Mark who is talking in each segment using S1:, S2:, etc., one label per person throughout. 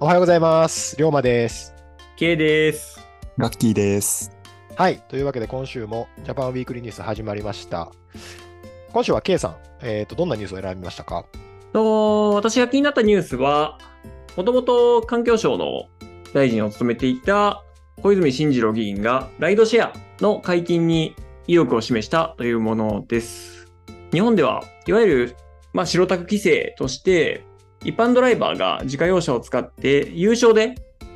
S1: おはようございます。龍馬です。
S2: K です。
S3: ガッキーです。
S1: はい。というわけで、今週もジャパンウィークリーニュース始まりました。今週は K さん、えっ、と、どんなニュースを選びましたか
S2: と私が気になったニュースは、もともと環境省の大臣を務めていた小泉進次郎議員がライドシェアの解禁に意欲を示したというものです。日本ではいわゆる、まあ、白タク規制として一般ドライバーが自家用車を使って有償で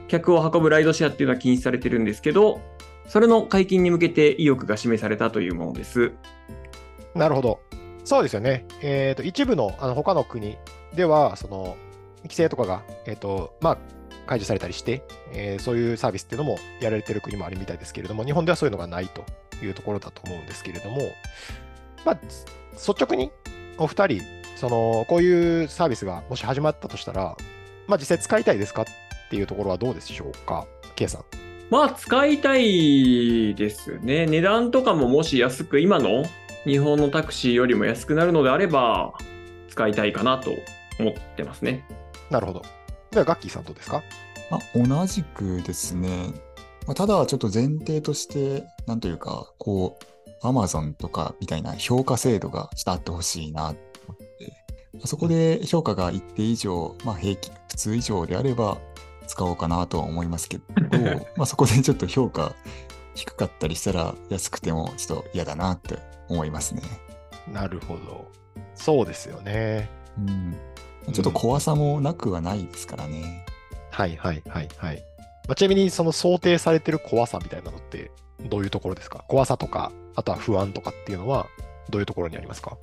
S2: 客を運ぶライドシェアっていうのは禁止されてるんですけど、それの解禁に向けて意欲が示されたというものです。
S1: なるほど。そうですよね。えっ、と、一部の、あの、他の国では、その、規制とかが、えっ、と、まあ、解除されたりして、えーそういうサービスっていうのもやられてる国もあるみたいですけれども、日本ではそういうのがないというところだと思うんですけれども、まあ、率直にお二人、その、こういうサービスがもし始まったとしたら、まあ、実際使いたいですかっていうところはどうでしょうか、K さん。
S2: まあ使いたいですね。値段とかももし安く、今の日本のタクシーよりも安くなるのであれば、使いたいかなと思ってますね。
S1: なるほど。では、ガッキーさんどうですか
S3: あ、同じくですね。まあただ、ちょっと前提として、なんというか、こう、アマゾンとかみたいな評価制度がちょっとあってほしいなと思って、あそこで評価が一定以上、まあ、平均、普通以上であれば、使おうかなとは思いますけど、まあそこでちょっと評価低かったりしたら、安くてもちょっと嫌だなって思いますね。
S1: なるほど。そうですよね。
S3: うん。ちょっと怖さもなくはないですからね。
S1: はいはいはいはい。まあ、ちなみに、その想定されてる怖さみたいなのって、どういうところですか怖さとか、あとは不安とかっていうのは、どういうところにありますか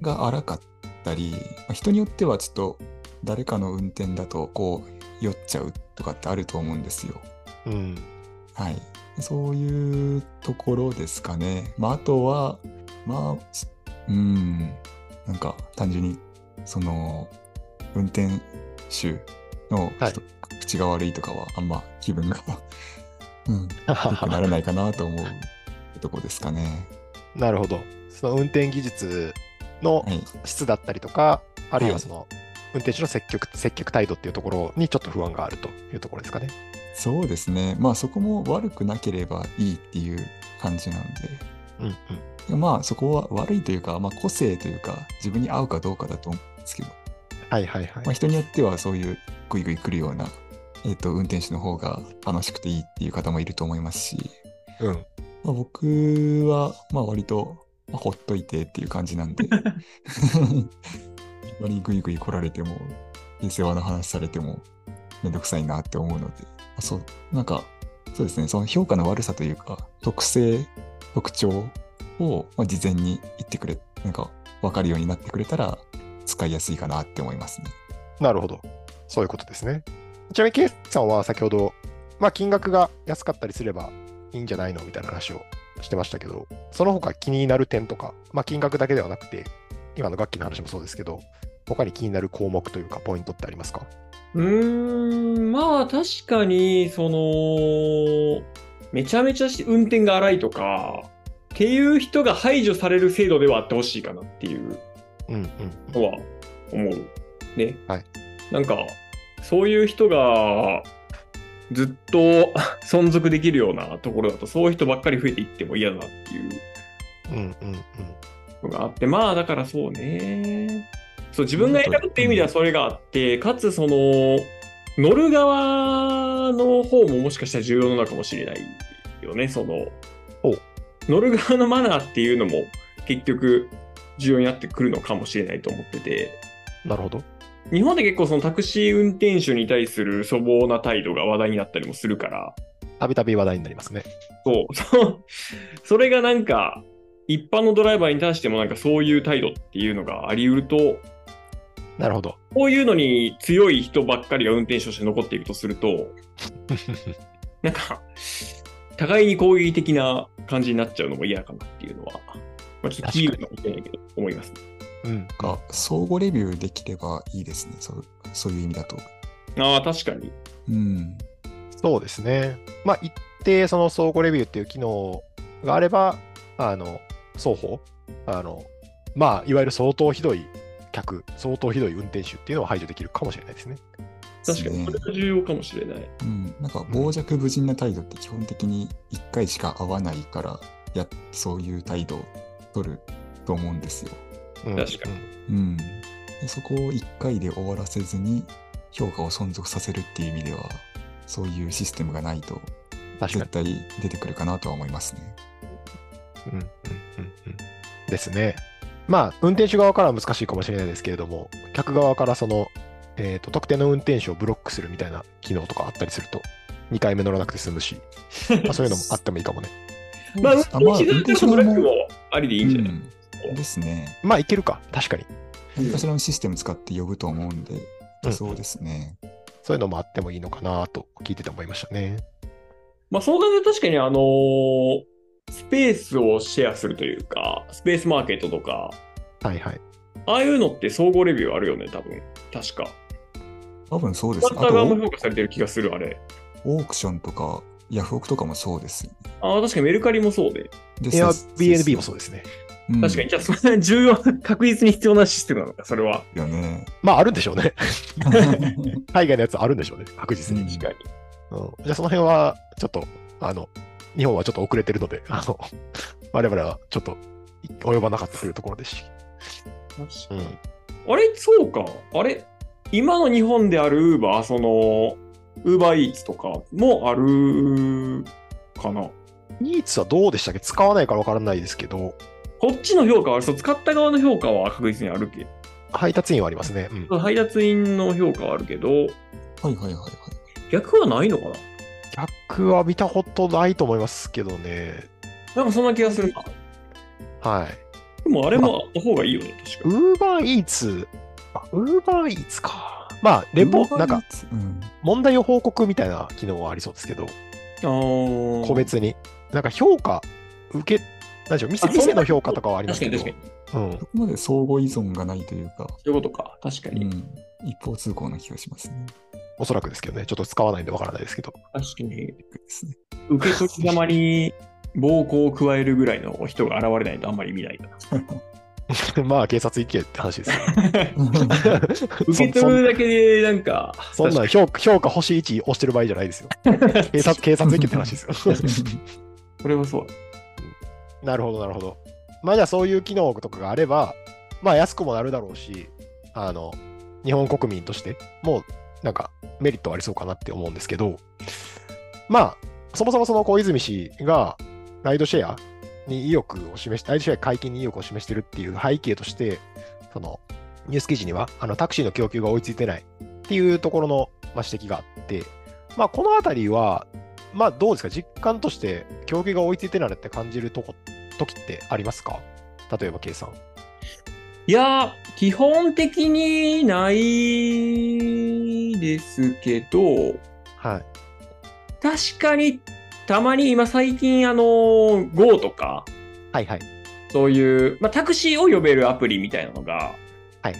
S3: が荒かったり、まあ人によってはちょっと誰かの運転だとこう酔っちゃうとかってあると思うんですよ。
S1: うん。
S3: はい。そういうところですかね。まあ、あとは、まあ、しうん、なんか単純に、その、運転手のちょ
S1: は
S3: っ
S1: い
S3: と口が悪いとかは、あんま気分が、 うん、良くならないかなと思うとこですかね。
S1: なるほど。その運転技術の
S3: はい。
S1: 質だったりとか、あるい
S3: は
S1: はいその、運転手の積極積極態度っていうところにちょっと不安があるというところですかね。
S3: そうですね。まあそこも悪くなければいいっていう感じなん
S1: うんうん。
S3: で、まあそこは悪いというか、まあ個性というか、自分に合うかどうかだと思うんですけど、
S1: はいはいはい
S3: まあ。人によってはそういうグイグイ来るような、えっ、と、運転手の方が楽しくていいっていう方もいると思いますし、
S1: うん。
S3: まあ、僕は、まあ割と、まあ、ほっといてっていう感じな んで、割にグイグイ来られても、世話の話されても、めんどくさいなって思うので、あそう、なんか、そうですね、その評価の悪さというか、特性、特徴を、まあ、事前に言ってくれ、なんか、分かるようになってくれたら、使いやすいかなって思いますね。
S1: なるほど。そういうことですね。ちなみに、ケイさんは先ほど、まあ、金額が安かったりすればいいんじゃないのみたいな話をしてましたけど、その他気になる点とか、まあ、金額だけではなくて、今の楽器の話もそうですけど、他に気になる項目というか、ポイントってありますか
S2: うーん、まあ確かに、その、めちゃめちゃし運転が荒いとか、っていう人が排除される制度ではあってほしいかなっていう
S1: うんうん。
S2: とは思うね。
S1: はい
S2: なんかそういう人がずっと 存続できるようなところだとそういう人ばっかり増えていっても嫌だなっていう
S1: うんうんうん。
S2: のがあってまあだからそうねそう自分が選ぶっていう意味ではそれがあってかつその乗る側の方ももしかしたら重要なのかもしれないよねその
S1: お
S2: 乗る側のマナーっていうのも結局重要になってくるのかもしれないと思ってて。
S1: なるほど。
S2: 日本で結構そのタクシー運転手に対する粗暴な態度が話題になったりもするから、
S1: たびたび話題になりますね。
S2: そう、そう それがなんか、一般のドライバーに対してもなんかそういう態度っていうのがあり得ると、
S1: なるほど。
S2: こういうのに強い人ばっかりが運転手として残っているとすると、なんか、互いに攻撃的な感じになっちゃうのも嫌かなっていうのは、まあ、ちょっとキーなことないけど、思います。
S1: うん。
S3: が相互レビューできればいいですね。そうそういう意味だと。
S2: ああ、確かに。
S3: うん。
S1: そうですね。まあ、一定、その相互レビューっていう機能があれば、あの、双方、あの、まあ、いわゆる相当ひどい客、相当ひどい運転手っていうのを排除できるかもしれないですね。
S2: 確かに、それが重要かもしれない。
S3: うん、なんか傍若無人な態度って基本的に1回しか会わないからやそういう態度を取ると思うんですよ。
S1: うん
S2: 確か
S3: うん、でそこを1回で終わらせずに評価を存続させるっていう意味ではそういうシステムがないと
S1: うん確か
S3: 絶対出てくるかなとは思いますね。
S1: に、うんうんうんうん。ですね。まあ、運転手側からは難しいかもしれないですけれども、客側からその、えーと特定の運転手をブロックするみたいな機能とかあったりすると、2回目乗らなくて済むし、まあ、そういうのもあってもいいかもね。
S2: まあ、運
S3: あまあ
S2: 転手側とブラックもありでいいんじゃない、
S3: うんですね。
S1: まあ、いけるか、確かに。
S3: 何かしらのシステム使って呼ぶと思うんで、
S1: うん
S3: そうですね。
S1: そういうのもあってもいいのかなと聞いてて思いましたね。
S2: まあ、そう考えると確かに、あのースペースをシェアするというか、スペースマーケットとか、
S1: はいはい。
S2: ああいうのって総合レビューあるよね、多分。確か。
S3: 多分そうです
S2: バ
S3: ね。
S2: ッ
S3: あ
S2: ター側も
S3: と
S2: 評価されてる気がする、あれ。
S3: オークションとかヤフオクとかもそうですよね。
S2: ああ、確かにメルカリもそうで。
S3: で
S1: Airbnb もそうですね。
S3: うん
S2: 確かに、じゃあ、それは重要、確実に必要なシステムなのか、それは。
S3: よね。
S1: まあ、あるんでしょうね。海外のやつあるんでしょうね、確実に。
S3: うん
S2: 確かに。
S1: うんじゃあその辺は、ちょっと、あの、日本はちょっと遅れてるので、あの、我々はちょっと及ばなかったというところですし。うん。
S2: あれ、そうか。あれ、今の日本である Uber、その、Uber Eats とかもあるかな。
S1: ニーツはどうでしたっけ使わないからわからないですけど、
S2: こっちの評価はある、そう使った側の評価は確実にあるけ
S1: 配達員はありますね。うん。
S2: ど、配達員の評価はあるけど、
S3: はいはいはいはい。
S2: 逆はないのかな
S1: 逆は見たことないと思いますけどね。
S2: なんかそんな気がするな。
S1: はい。
S2: でもあれもあった方がいいよね、確かに。
S1: ウーバーイーツ、あ、ウーバーイーツか。まあ、レポ、なんか、、
S3: うん、
S1: 問題を報告みたいな機能はありそうですけど、
S2: あー
S1: 個別に。なんか評価、受け、何でしょう、店
S2: あそんな
S1: 店の評価とかはありま
S2: 確
S1: す
S2: か
S1: けど、
S2: に確かに。
S1: うん。
S3: そこまで相互依存がないというか、
S2: そういうことか。確か
S3: う
S2: に。
S3: ん、一方通行な気がしますね。
S1: おそらくですけどね、ちょっと使わないんでわからないですけど。
S2: 確かに。
S3: です ね
S2: 受け取りざまに暴行を加えるぐらいの人が現れないとあんまり見ないな。
S1: まあ、警察行けって話ですよ。
S2: 受け取るだけで、なんか、
S1: そんな評価評価星1押してる場合じゃないですよ。警察、 警察行けって話ですよ。
S2: それはそう。
S1: なるほど、なるほど。まあ、じゃあそういう機能とかがあれば、まあ、安くもなるだろうし、あの、日本国民としてもう、なんか、メリットありそうかなって思うんですけど、まあ、そもそもその小泉氏が、ライドシェアに意欲を示して、ライドシェア解禁に意欲を示してるっていう背景として、その、ニュース記事には、あの、タクシーの供給が追いついてないっていうところの、まあ、指摘があって、まあ、このあたりは、まあ、どうですか、実感として、供給が追いついてないなって感じるとこ時ってありますか例えば、計算。
S2: いやー、基本的にないですけど、
S1: はい。
S2: 確かに、たまに今最近、あのー、Go とか、
S1: はいはい。
S2: そういう、まあ、タクシーを呼べるアプリみたいなのが、
S1: はい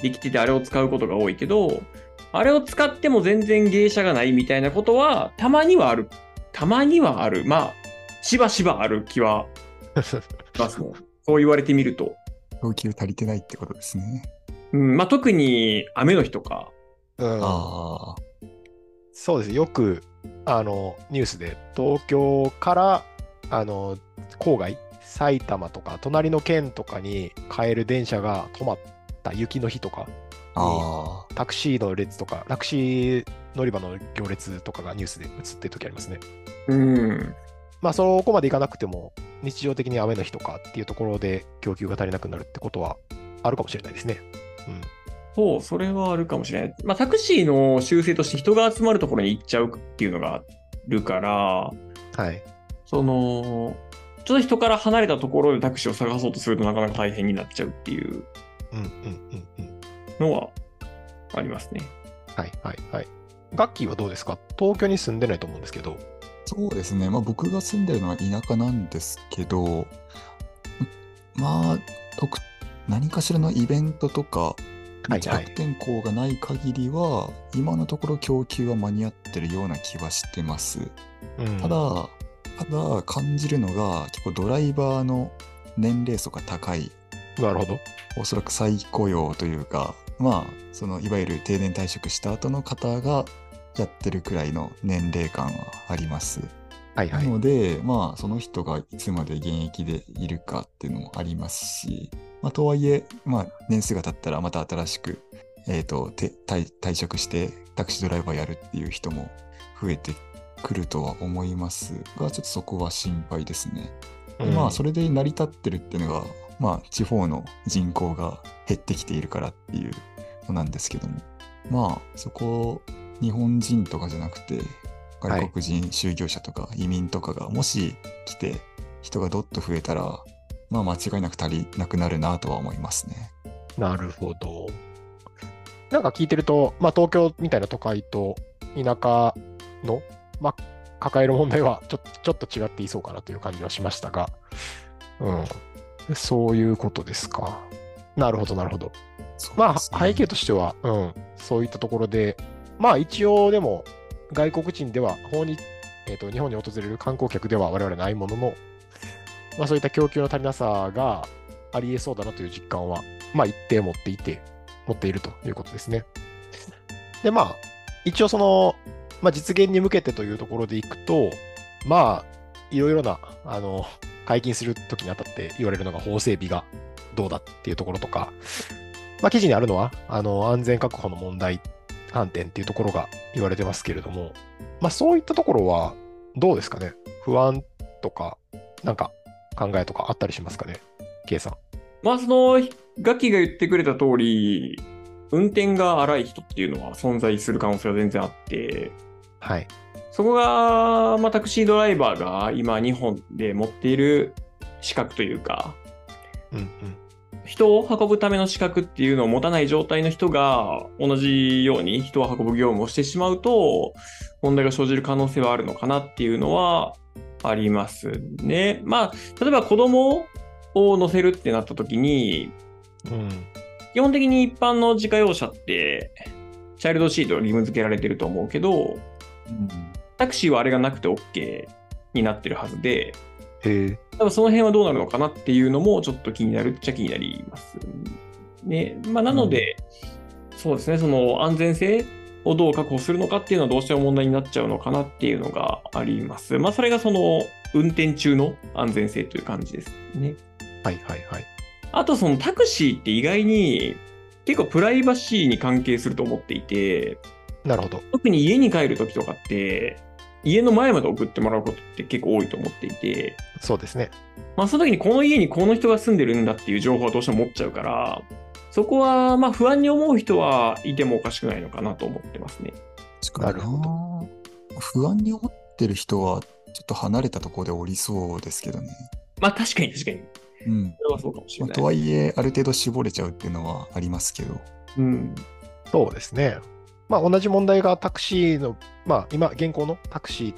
S2: できてて、あれを使うことが多いけど、あれを使っても全然芸者がないみたいなことは、たまにはある。たまにはある。まあ、しばしばある気はしますね。そう言われてみると。
S3: 供給足りてないってことですね。
S2: うん、まあ、特に雨の日とか、
S1: うん、
S3: ああ、
S1: そうです。よく、あの、ニュースで、東京から、あの、郊外、埼玉とか、隣の県とかに帰る電車が止まった雪の日とか、
S3: ああ、
S1: タクシーの列とか、タクシー乗り場の行列とかがニュースで映ってる時ありますね。
S2: うん、
S1: まあ、そこまでいかなくても、日常的に雨の日とかっていうところで供給が足りなくなるってことはあるかもしれないですね。うん。
S2: そう、それはあるかもしれない。まあ、タクシーの習性として人が集まるところに行っちゃうっていうのがあるから、
S1: はい。
S2: その、ちょっと人から離れたところでタクシーを探そうとするとなかなか大変になっちゃうっていう
S1: うんうんうんうん。
S2: のはありますね。
S1: はいはいはい。ガッキーはどうですか東京に住んでないと思うんですけど。
S3: そうですね。まあ僕が住んでるのは田舎なんですけど、まあ、特何かしらのイベントとか、
S1: はいは
S3: 弱
S1: い。
S3: 点校がない限りは、今のところ供給は間に合ってるような気はしてます。
S1: うん
S3: ただ、ただ感じるのが結構ドライバーの年齢層が高い、
S1: なるほど。
S3: おそらく再雇用というか、まあ、そのいわゆる定年退職した後の方がやってるくらいの年齢感はあります。
S1: はいは。
S3: ないので、まあ、その人がいつまで現役でいるかっていうのもありますし、まあ、とはいえ、まあ、年数が経ったらまた新しく、えーとて退退職してタクシードライバーやるっていう人も増えてくるとは思いますが、ちょっとそこは心配ですね。でまあそ
S1: れ。
S3: れで成り立ってるっていうのが、まあ、地方の人口が減ってきているからっていうのなんですけどもまあそこ日本人とかじゃなくて
S1: はい
S3: 外国人就業者とか移民とかがもし来て人がどっと増えたらまあ間違いなく足りなくなるなとは思いますね。
S1: なるほど。なんか聞いてると、まあ、東京みたいな都会と田舎の、まあ、抱える問題はちょちょっと違っていそうかなという感じはしましたが、うん、そういうことですか。なるほど、なるほど。まあ、背景としては、うん、そういったところで、まあ、一応でも、外国人では、法に、えっ、と、日本に訪れる観光客では我々ないものの、まあ、そういった供給の足りなさがありえそうだなという実感は、まあ、一定持っていて、持っているということですね。で、まあ、一応その、まあ、実現に向けてというところでいくと、まあ、いろいろな、あの、解禁するときにあたって言われるのが法整備がどうだっていうところとか、まあ、記事にあるのは、あの、安全確保の問題、観点っていうところが言われてますけれども、まあ、そういったところは、どうですかね不安とか、なんか、考えとかあったりしますかね ?K さん。
S2: まあ、その、ガキが言ってくれた通り、運転が荒い人っていうのは存在する可能性は全然あって、
S1: はい。
S2: そこが、まあ、タクシードライバーが今日本で持っている資格というか、
S1: うんうん。
S2: 人を運ぶための資格っていうのを持たない状態の人が同じように人を運ぶ業務をしてしまうと問題が生じる可能性はあるのかなっていうのはありますね。まあ例えば子供を乗せるってなった時に
S1: うん。
S2: 基本的に一般の自家用車ってチャイルドシートを義務付けられてると思うけど
S3: うん
S2: タクシーはあれがなくて OK になってるはずで
S1: へえ。
S2: 多分その辺はどうなるのかなっていうのもちょっと気になるっちゃ気になりますね。まあ、なので、そうですね、その安全性をどう確保するのかっていうのはどうしても問題になっちゃうのかなっていうのがあります。まあ、それがその運転中の安全性という感じですね。
S1: はいはいはい。
S2: あと、そのタクシーって意外に結構プライバシーに関係すると思っていて、
S1: なるほど。
S2: 特に家に帰るときとかって、家の前まで送ってもらうことって結構多いと思っていて、
S1: そうですね。
S2: まあ、その時にこの家にこの人が住んでるんだっていう情報はどうしても持っちゃうから、そこはまあ不安に思う人はいてもおかしくないのかなと思ってますね。
S3: 確かに
S1: なるほ
S3: 不安に思ってる人はちょっと離れたところで降りそうですけどね。
S2: まあ確かに確かに。
S3: うん
S2: それはそうかもしれ
S3: まあ、
S2: ない。
S3: とはいえ、ある程度絞れちゃうっていうのはありますけど、
S2: うん。
S1: そうですね。まあ、同じ問題がタクシーの、まあ、今、現行のタクシ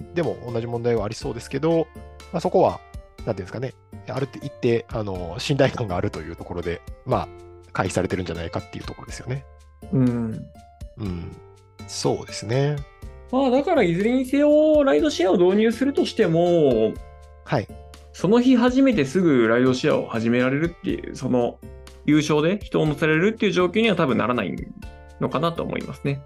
S1: ーでも同じ問題はありそうですけど、まあ、そこは、なんていうんですかね、ある一定、あの、信頼感があるというところで、まあ、回避されてるんじゃないかっていうところですよね。
S2: うん。
S1: うん。そうですね。
S2: まあだからいずれにせよ、ライドシェアを導入するとしても、
S1: はい。
S2: その日初めてすぐライドシェアを始められるっていう、その優勝で人を乗せられるっていう状況には多分ならないのかなと思いますね。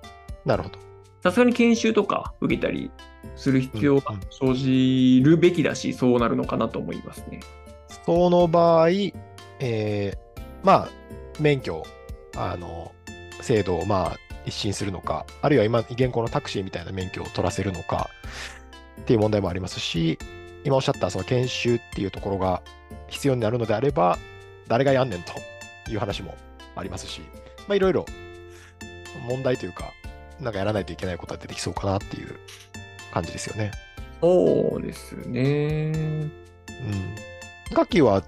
S1: なるほど。
S2: さすがに研修とか受けたりする必要が生じるべきだし、そうなるのかなと思いますね。
S1: その場合、えーまあ、免許、あの、制度を、まあ、一新するのか、あるいは今、現行のタクシーみたいな免許を取らせるのか、っていう問題もありますし、今おっしゃった、その研修っていうところが必要になるのであれば、誰がやんねんという話もありますし、まあ、いろいろ問題というか、なんかやらないといけないことは出てきそうかなっていう感じですよね。
S2: そうですね。
S1: うん、ガキは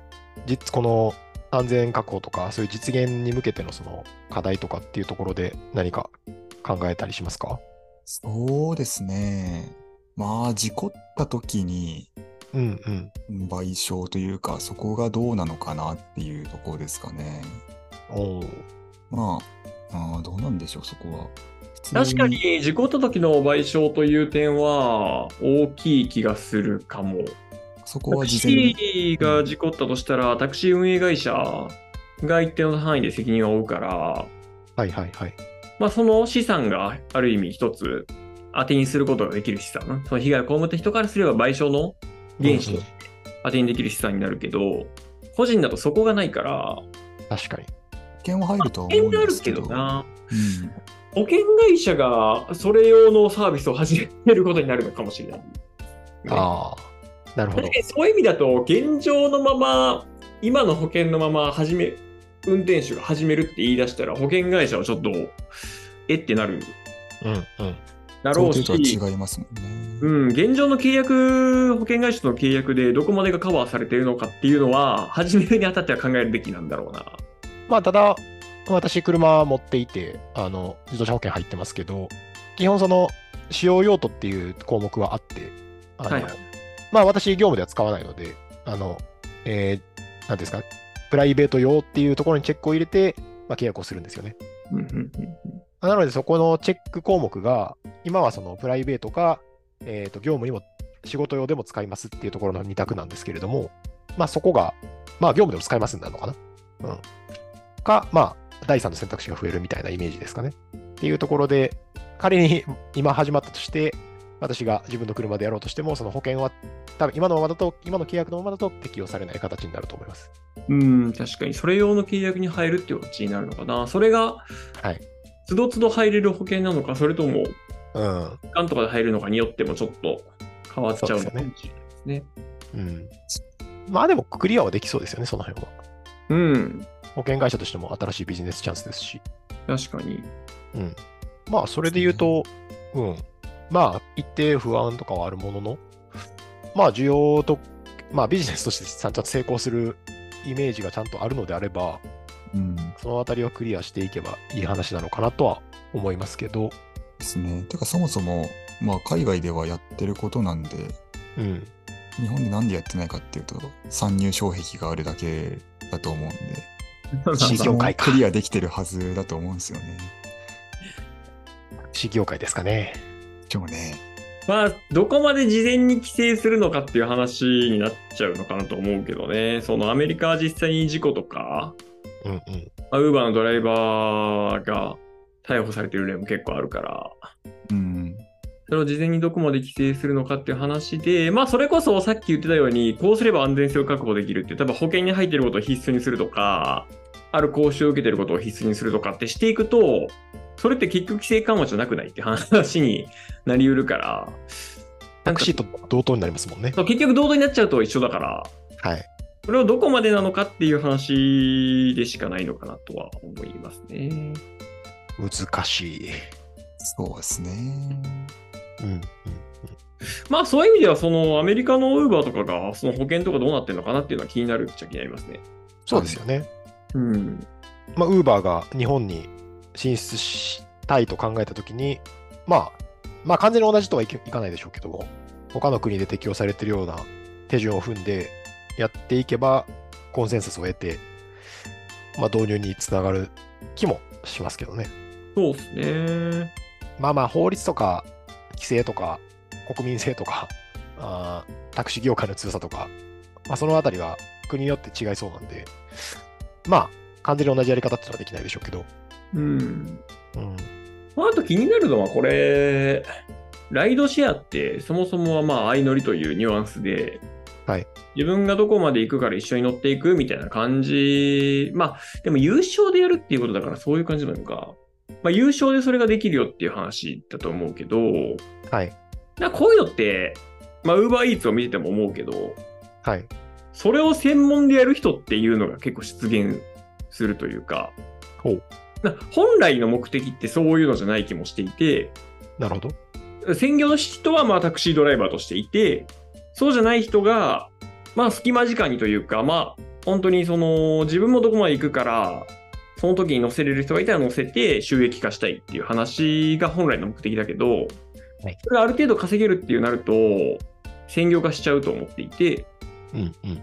S1: 実この安全確保とかそういう実現に向けてのその課題とかっていうところで何か考えたりしますか
S3: そうですね。まあ、事故った時に
S1: うんうん。
S3: うん賠償というか、そこがどうなのかなっていうところですかね。
S1: おー
S3: まあ、あーどうなんでしょう、そこは。
S2: 確か。に、事故った時の賠償という点は大きい気がするかも。
S3: そこ
S2: タ
S3: は
S2: ク
S3: 事前に
S2: シ。ーが事故ったとしたら、タクシー運営会社が一定の範囲で責任を負うから、
S1: はいはいはい。
S2: まあ、その資産がある意味一つ当てにすることができる資産、その被害を被った人からすれば賠償の原資として当てにできる資産になるけど、個人だとそこがないから、
S1: 確かに。
S3: 保険は入るとは
S2: 保険
S3: 思うん
S2: であ
S3: で
S2: る
S3: すけ
S2: け
S3: ど。
S2: どな、
S3: うん
S2: 保険会社がそれ用のサービスを始めることになるのかもしれない。
S1: ああ、なるほ
S2: 確
S1: ど
S2: か。にそういう意味だと、現状のまま、今の保険のまま始め、運転手が始めるって言い出したら、保険会社はちょっと、えってなる
S1: うんうん。
S2: だろ
S3: 想
S2: う
S3: 定
S2: し
S3: と、は違いますもんね。
S2: うん、現状の契約、保険会社との契約でどこまでがカバーされているのかっていうのは、始めるにあたっては考えるべきなんだろうな。
S1: まあ、ただ、私、車持っていて、あの、自動車保険入ってますけど、基本その、使用用途っていう項目はあって、あの
S2: はいはい
S1: まあ、私、業務では使わないので、あの、えーなんていうんですか、プライベート用っていうところにチェックを入れて、まあ、契約をするんですよね。
S2: うんうんうん
S1: なので、そこのチェック項目が、今はその、プライベートか、えっ、と、業務にも、仕事用でも使いますっていうところの2択なんですけれども、まあ、そこが、まあ、業務でも使いますになるのかな。うん。か、まあ、第3の選択肢が増えるみたいなイメージですかね。っていうところで、仮に今始まったとして、私が自分の車でやろうとしても、その保険は多分今のままだと、今の契約のままだと適用されない形になると思います。
S2: うん、確かに、それ用の契約に入るっていう形になるのかな。それが、
S1: はい
S2: つどつど入れる保険なのか、それとも、
S1: うん。
S2: ガンとかで入るのかによっても、ちょっと変わっちゃうのかもしれないですね。
S1: うん。まあでも、クリアはできそうですよね、その辺は。
S2: うん、
S1: 保険会社としても新しいビジネスチャンスですし。
S2: 確かに。
S1: まあ、それで言うと、うん。まあ、一定不安とかはあるものの、まあ、需要と、まあ、ビジネスとしてちゃんと成功するイメージがちゃんとあるのであれば、
S3: うん。で
S1: そのあたりをクリアしていけばいい話なのかなとは思いますけど、
S3: すね。てか、そもそも、まあ、海外ではやってることなんで、
S1: うん。
S3: 日本でなんでやってないかっていうと、参入障壁があるだけだと思うんで、
S1: 新業界か
S3: クリアできてるはずだと思うんですよね。
S1: 新業界ですかね。
S3: でもね、
S2: まあ、どこまで事前に規制するのかっていう話になっちゃうのかなと思うけどね、そのアメリカは実際に事故とか、
S1: うんうん。
S2: まあウーバーのドライバーが逮捕されてる例も結構あるから、
S3: うん。
S2: それを事前にどこまで規制するのかっていう話で、まあ、それこそさっき言ってたように、こうすれば安全性を確保できるって、多分保険に入ってることを必須にするとか、ある講習を受けてることを必須にするとかってしていくと、それって結局規制緩和じゃなくないって話になりうるから、
S1: タクシーと同等になりますもんね。
S2: そう結局同等になっちゃうと一緒だから、
S1: はい。
S2: それをどこまでなのかっていう話でしかないのかなとは思いますね。
S1: 難しい。
S3: そうですね。
S1: うんうん。
S2: まあそういう意味では、そのアメリカのウーバーとかが、その保険とかどうなってるのかなっていうのは気になるっちゃ気になりますね。
S1: そうですよね。
S2: うん。
S1: まあ、ウーバーが日本に進出したいと考えたときに、まあ、まあ、完全に同じとはいけいかないでしょうけども、他の国で適用されているような手順を踏んでやっていけば、コンセンサスを得て、まあ、導入につながる気もしますけどね。
S2: そうですね。
S1: まあまあ、法律とか、規制とか、国民性とか、あータクシー業界の強さとか、まあ、そのあたりは国によって違いそうなんで、まあ、完全に同じやり方っていうのはできないでしょうけど、
S2: うん。
S1: うん、
S2: まあ、あと気になるのはこれ、ライドシェアってそもそもはまあ相乗りというニュアンスで、
S1: はい
S2: 自分がどこまで行くから一緒に乗っていくみたいな感じ、まあでも優勝でやるっていうことだからそういう感じなのか、まあ、優勝でそれができるよっていう話だと思うけど、
S1: はい。
S2: なんかこういうのって、まあ UberEats を見てても思うけど、
S1: はい。
S2: それを専門でやる人っていうのが結構出現するというか
S1: ほう、
S2: な本来の目的ってそういうのじゃない気もしていて、
S1: なるほど。
S2: 専業の人はまあタクシードライバーとしていて、そうじゃない人が、まあ隙間時間にというか、まあ本当にその自分もどこまで行くから、その時に乗せれる人がいたら乗せて収益化したいっていう話が本来の目的だけど、
S1: はい
S2: それがある程度稼げるっていうなると、専業化しちゃうと思っていて、
S1: うんうん。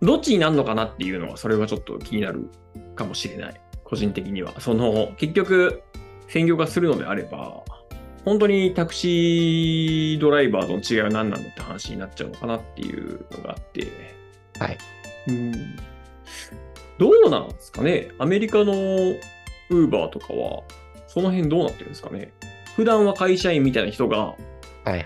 S2: どっちになるのかなっていうのは、それはちょっと気になるかもしれない。個人的には。その、結局、専業化するのであれば、本当にタクシードライバーとの違いは何なんだって話になっちゃうのかなっていうのがあって。
S1: はい。
S2: うん。どうなんですかねアメリカの、ウーバーとかは、その辺どうなってるんですかね。普段は会社員みたいな人が、
S1: はいはい。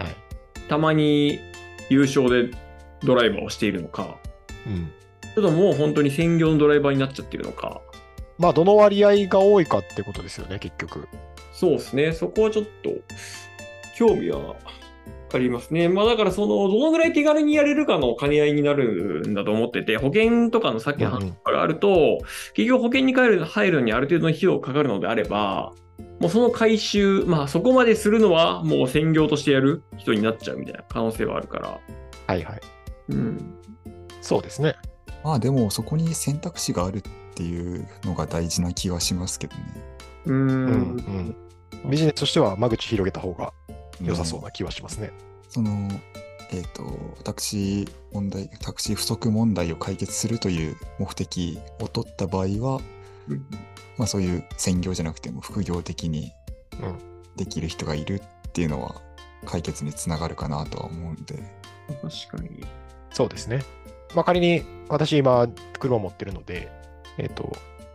S2: たまに優勝でドライバーをしているのか、
S1: うん。
S2: ちょっともう本当に専業のドライバーになっちゃってるのか、
S1: まあ、どの割合が多いかってことですよね、結局。
S2: そうですね、そこはちょっと興味はありますね。まあだから、そのどのぐらい手軽にやれるかの兼ね合いになるんだと思ってて、保険とかのさっきの
S1: うんう
S2: 話
S1: ん
S2: とかがあると、結局保険に入る入るのにある程度の費用がかかるのであれば、もうその回収、まあそこまでするのはもう専業としてやる人になっちゃうみたいな可能性はあるから。
S1: はいはい。
S2: うん。
S1: そうですね。
S3: まあでもそこに選択肢があるっていうのが大事な気がしますけどね。
S2: うー。
S1: うんんうん。ビジネスとしては間口広げた方が良さそう
S3: ね
S1: な気はしますね。
S3: その、えっ、と、私問題、私不足問題を解決するという目的を取った場合は、
S2: うん
S3: まあそういう専業じゃなくても副業的に
S1: うん
S3: できる人がいるっていうのは解決につながるかなとは思うんで。
S2: 確かに。
S1: そうですね。まあ、仮に私今、車を持ってるので、えっ、と、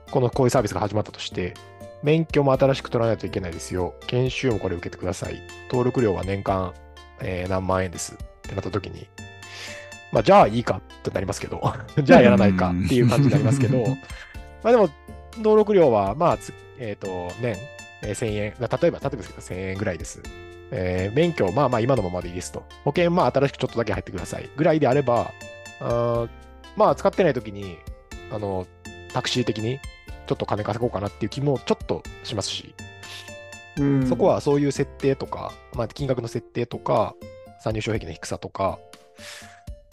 S1: このこういうサービスが始まったとして、免許も新しく取らないといけないですよ。研修もこれ受けてください。登録料は年間、えー何万円ですってなった時に、まあ、じゃあいいかってなりますけど、 じゃあやらないかっていう感じになりますけど、まあでも、登録料は、まあ、つえっ、と、年、えー1000円、まあ例えば、例えばですけど、1000円ぐらいです。えー免許、まあまあ今のままでいいですと。保険、まあ新しくちょっとだけ入ってください。ぐらいであれば、あーまあ使ってない時に、あの、タクシー的に、ちょっと金稼ごうかなっていう気もちょっとしますし、
S2: うん
S1: そこはそういう設定とか、まあ、金額の設定とか、参入障壁の低さとか、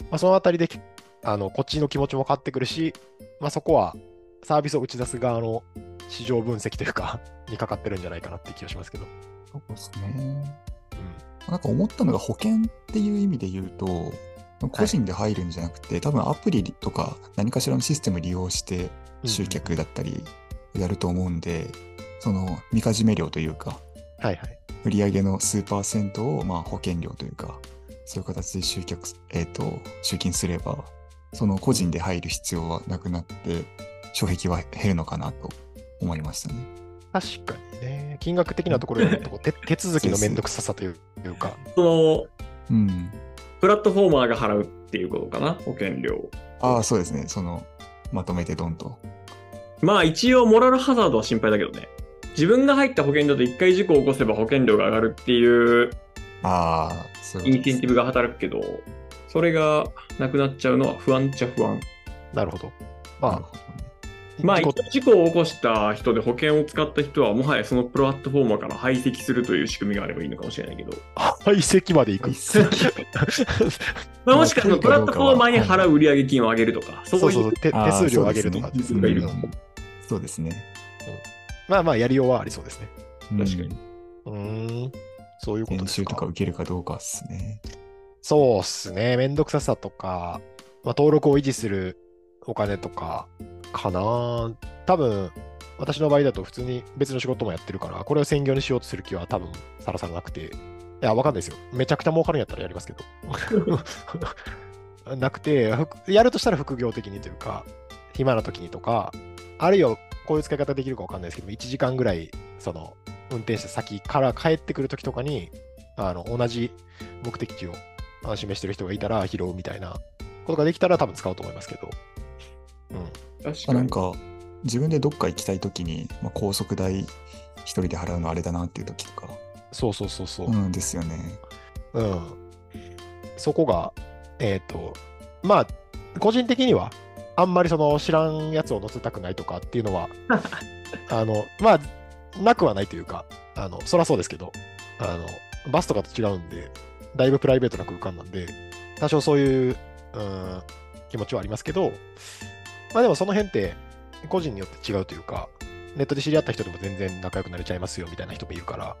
S1: まあ、そのあたりできあのこっちの気持ちも変わってくるし、まあ、そこはサービスを打ち出す側の市場分析というか、 にかかってるんじゃないかなって気がしますけど。
S3: そうですね。なんか思ったのが保険っていう意味で言うと、個人で入るんじゃなくて、多分アプリとか何かしらのシステム利用して
S1: うん
S3: 集。客だったりやると思うんで、そのみかじめ料というか、
S1: はいはい。
S3: 売上の数パーセントをまあ保険料というか、そういう形で集客す、えっ、と、集金すれば、その個人で入る必要はなくなって、障壁は減るのかなと思いましたね。
S1: 確かにね、金額的なところよりも こう手手続きのめんどくささというか、
S2: その、
S3: うん。
S2: プラットフォーマーが払うっていうことかな、保険料を
S3: ああ、そうですね。その、まとめてドンと。
S2: まあ一応モラルハザードは心配だけどね。自分が入った保険だと一回事故を起こせば保険料が上がるっていう
S3: ああ、そう
S2: イ
S3: いう
S2: ン
S3: こと
S2: セ
S3: です
S2: ンティブが働くけど、それがなくなっちゃうのは不安っちゃ不安。
S1: なるほど。
S3: なる
S1: ま
S3: ほどね
S1: あ、
S2: まあ
S1: 事
S2: 一
S1: 故
S2: 応事故を起こした人で保険を使った人はもはやそのプラットフォーマーから排斥するという仕組みがあればいいのかもしれないけど、
S1: 排斥まで行く。
S2: まあ、
S3: まあ
S2: もしくはそのプラットフォーマーに払う売上金を上げるとか、
S1: そう
S2: そ
S1: そう
S2: う
S1: そう
S2: い
S1: う、手手数料上げるとか
S3: あ
S1: で
S3: ー
S1: す
S3: そ
S1: ね
S3: う
S2: が
S3: で
S2: い
S3: す
S2: る
S3: ね。うんそうですね。
S1: まあまあ、やりようはありそうですね。
S3: うん
S2: 確かに。
S1: うーん、そういうこと
S3: 研
S1: です
S3: 修
S1: か。
S3: とか受けるかどうかっすね。
S1: そうっすね。めんどくささとか、まあ、登録を維持するお金とか、かな。多分、私の場合だと普通に別の仕事もやってるから、これを専業にしようとする気は多分さらさらなくて、いや、わかんないですよ。めちゃくちゃ儲かるんやったらやりますけど。 なくて、副やるとしたら副業的にというか、暇な時にとか、あるいはこういう使い方できるかわかんないですけど、1時間ぐらい、その、運転した先から帰ってくる時とかに、あの、同じ目的地をあ示してる人がいたら拾うみたいなことができたら多分使おうと思いますけど。うん。
S2: 確
S3: まあ
S2: か
S3: な
S2: に
S3: ん。か、自分でどっか行きたいときに、まあ、高速代一人で払うのあれだなっていうときとか。
S1: そうそうそうそう。
S3: うんですよね。
S1: うん。そこが、えっ、と、まあ、個人的には、あんまりその知らんやつを載せたくないとかっていうのは、あの、まあ、なくはないというか、あの、そらそうですけど、あの、バスとかと違うんで、だいぶプライベートな空間なんで、多少そういう、うん、気持ちはありますけど、まあでもその辺って、個人によって違うというか、ネットで知り合った人でも全然仲良くなれちゃいますよみたいな人もいるから、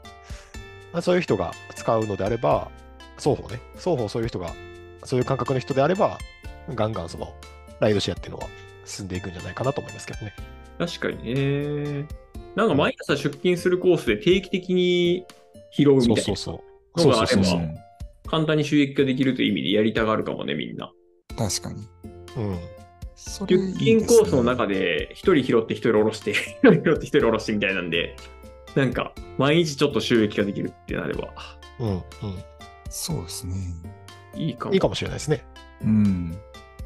S1: まあ、そういう人が使うのであれば、双方ね、双方そういう人が、そういう感覚の人であれば、ガンガンその、ライドシェアっていうのは進んでいくんじゃないかなと思いますけどね。
S2: 確かにね。なんか毎朝出勤するコースで定期的に拾うみたいな。
S1: そう
S2: の
S1: そう
S2: があれ
S1: そう
S2: ば
S1: そ
S3: そうそう
S2: 簡単に収益化できるという意味でやりたがるかもね、みんな。
S3: 確かに。
S1: う。うん。
S3: それい
S2: 10
S3: い
S2: 金
S3: ですね
S2: コースの中で、一人拾って一人下ろして、 一人拾って一人下ろしてみたいなんで、なんか、毎日ちょっと収益ができるってなれば、
S1: うんうん、
S3: そうですね。
S2: いいかも。
S1: いいかもしれないですね。
S3: うん。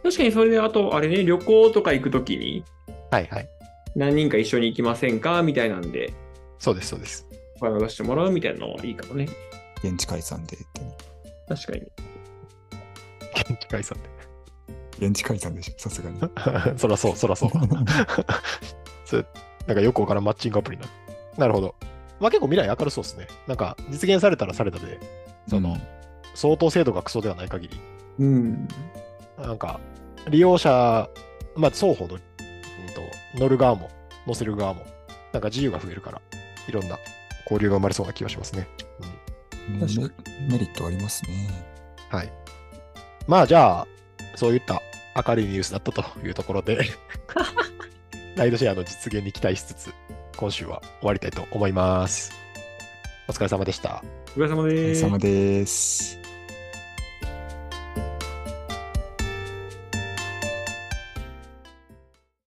S2: 確かにそれで、あと、あれね、旅行とか行くときに、
S1: はいはい。
S2: 何人か一緒に行きませんかみたいなんで、
S1: そうです、そうです。
S2: お金を出してもらうみたいなのはいいかもね。
S3: 現地解散でってね
S2: 確かに。
S1: 元気解散で。
S3: 現地解散でしょ、さすがに。
S1: そらそう、そらそう。 それなんかよくわからんマッチングアプリな。なるほど。まあ結構未来明るそうですね。なんか実現されたらされたで、その、相当精度がクソではない限り、
S2: うん。
S1: なんか利用者、まあ双方の、うんと、乗る側も乗せる側も、なんか自由が増えるから、いろんな交流が生まれそうな気がしますね。
S3: うん、
S2: 確かに
S3: メメリットありますね。
S1: はい。まあじゃあ、そういった明るいニュースだったというところで、ライドシェアの実現に期待しつつ、今週は終わりたいと思います。お疲れ様でした。
S2: お疲れ様
S3: お疲
S2: で
S3: れ
S2: す
S3: 様。です。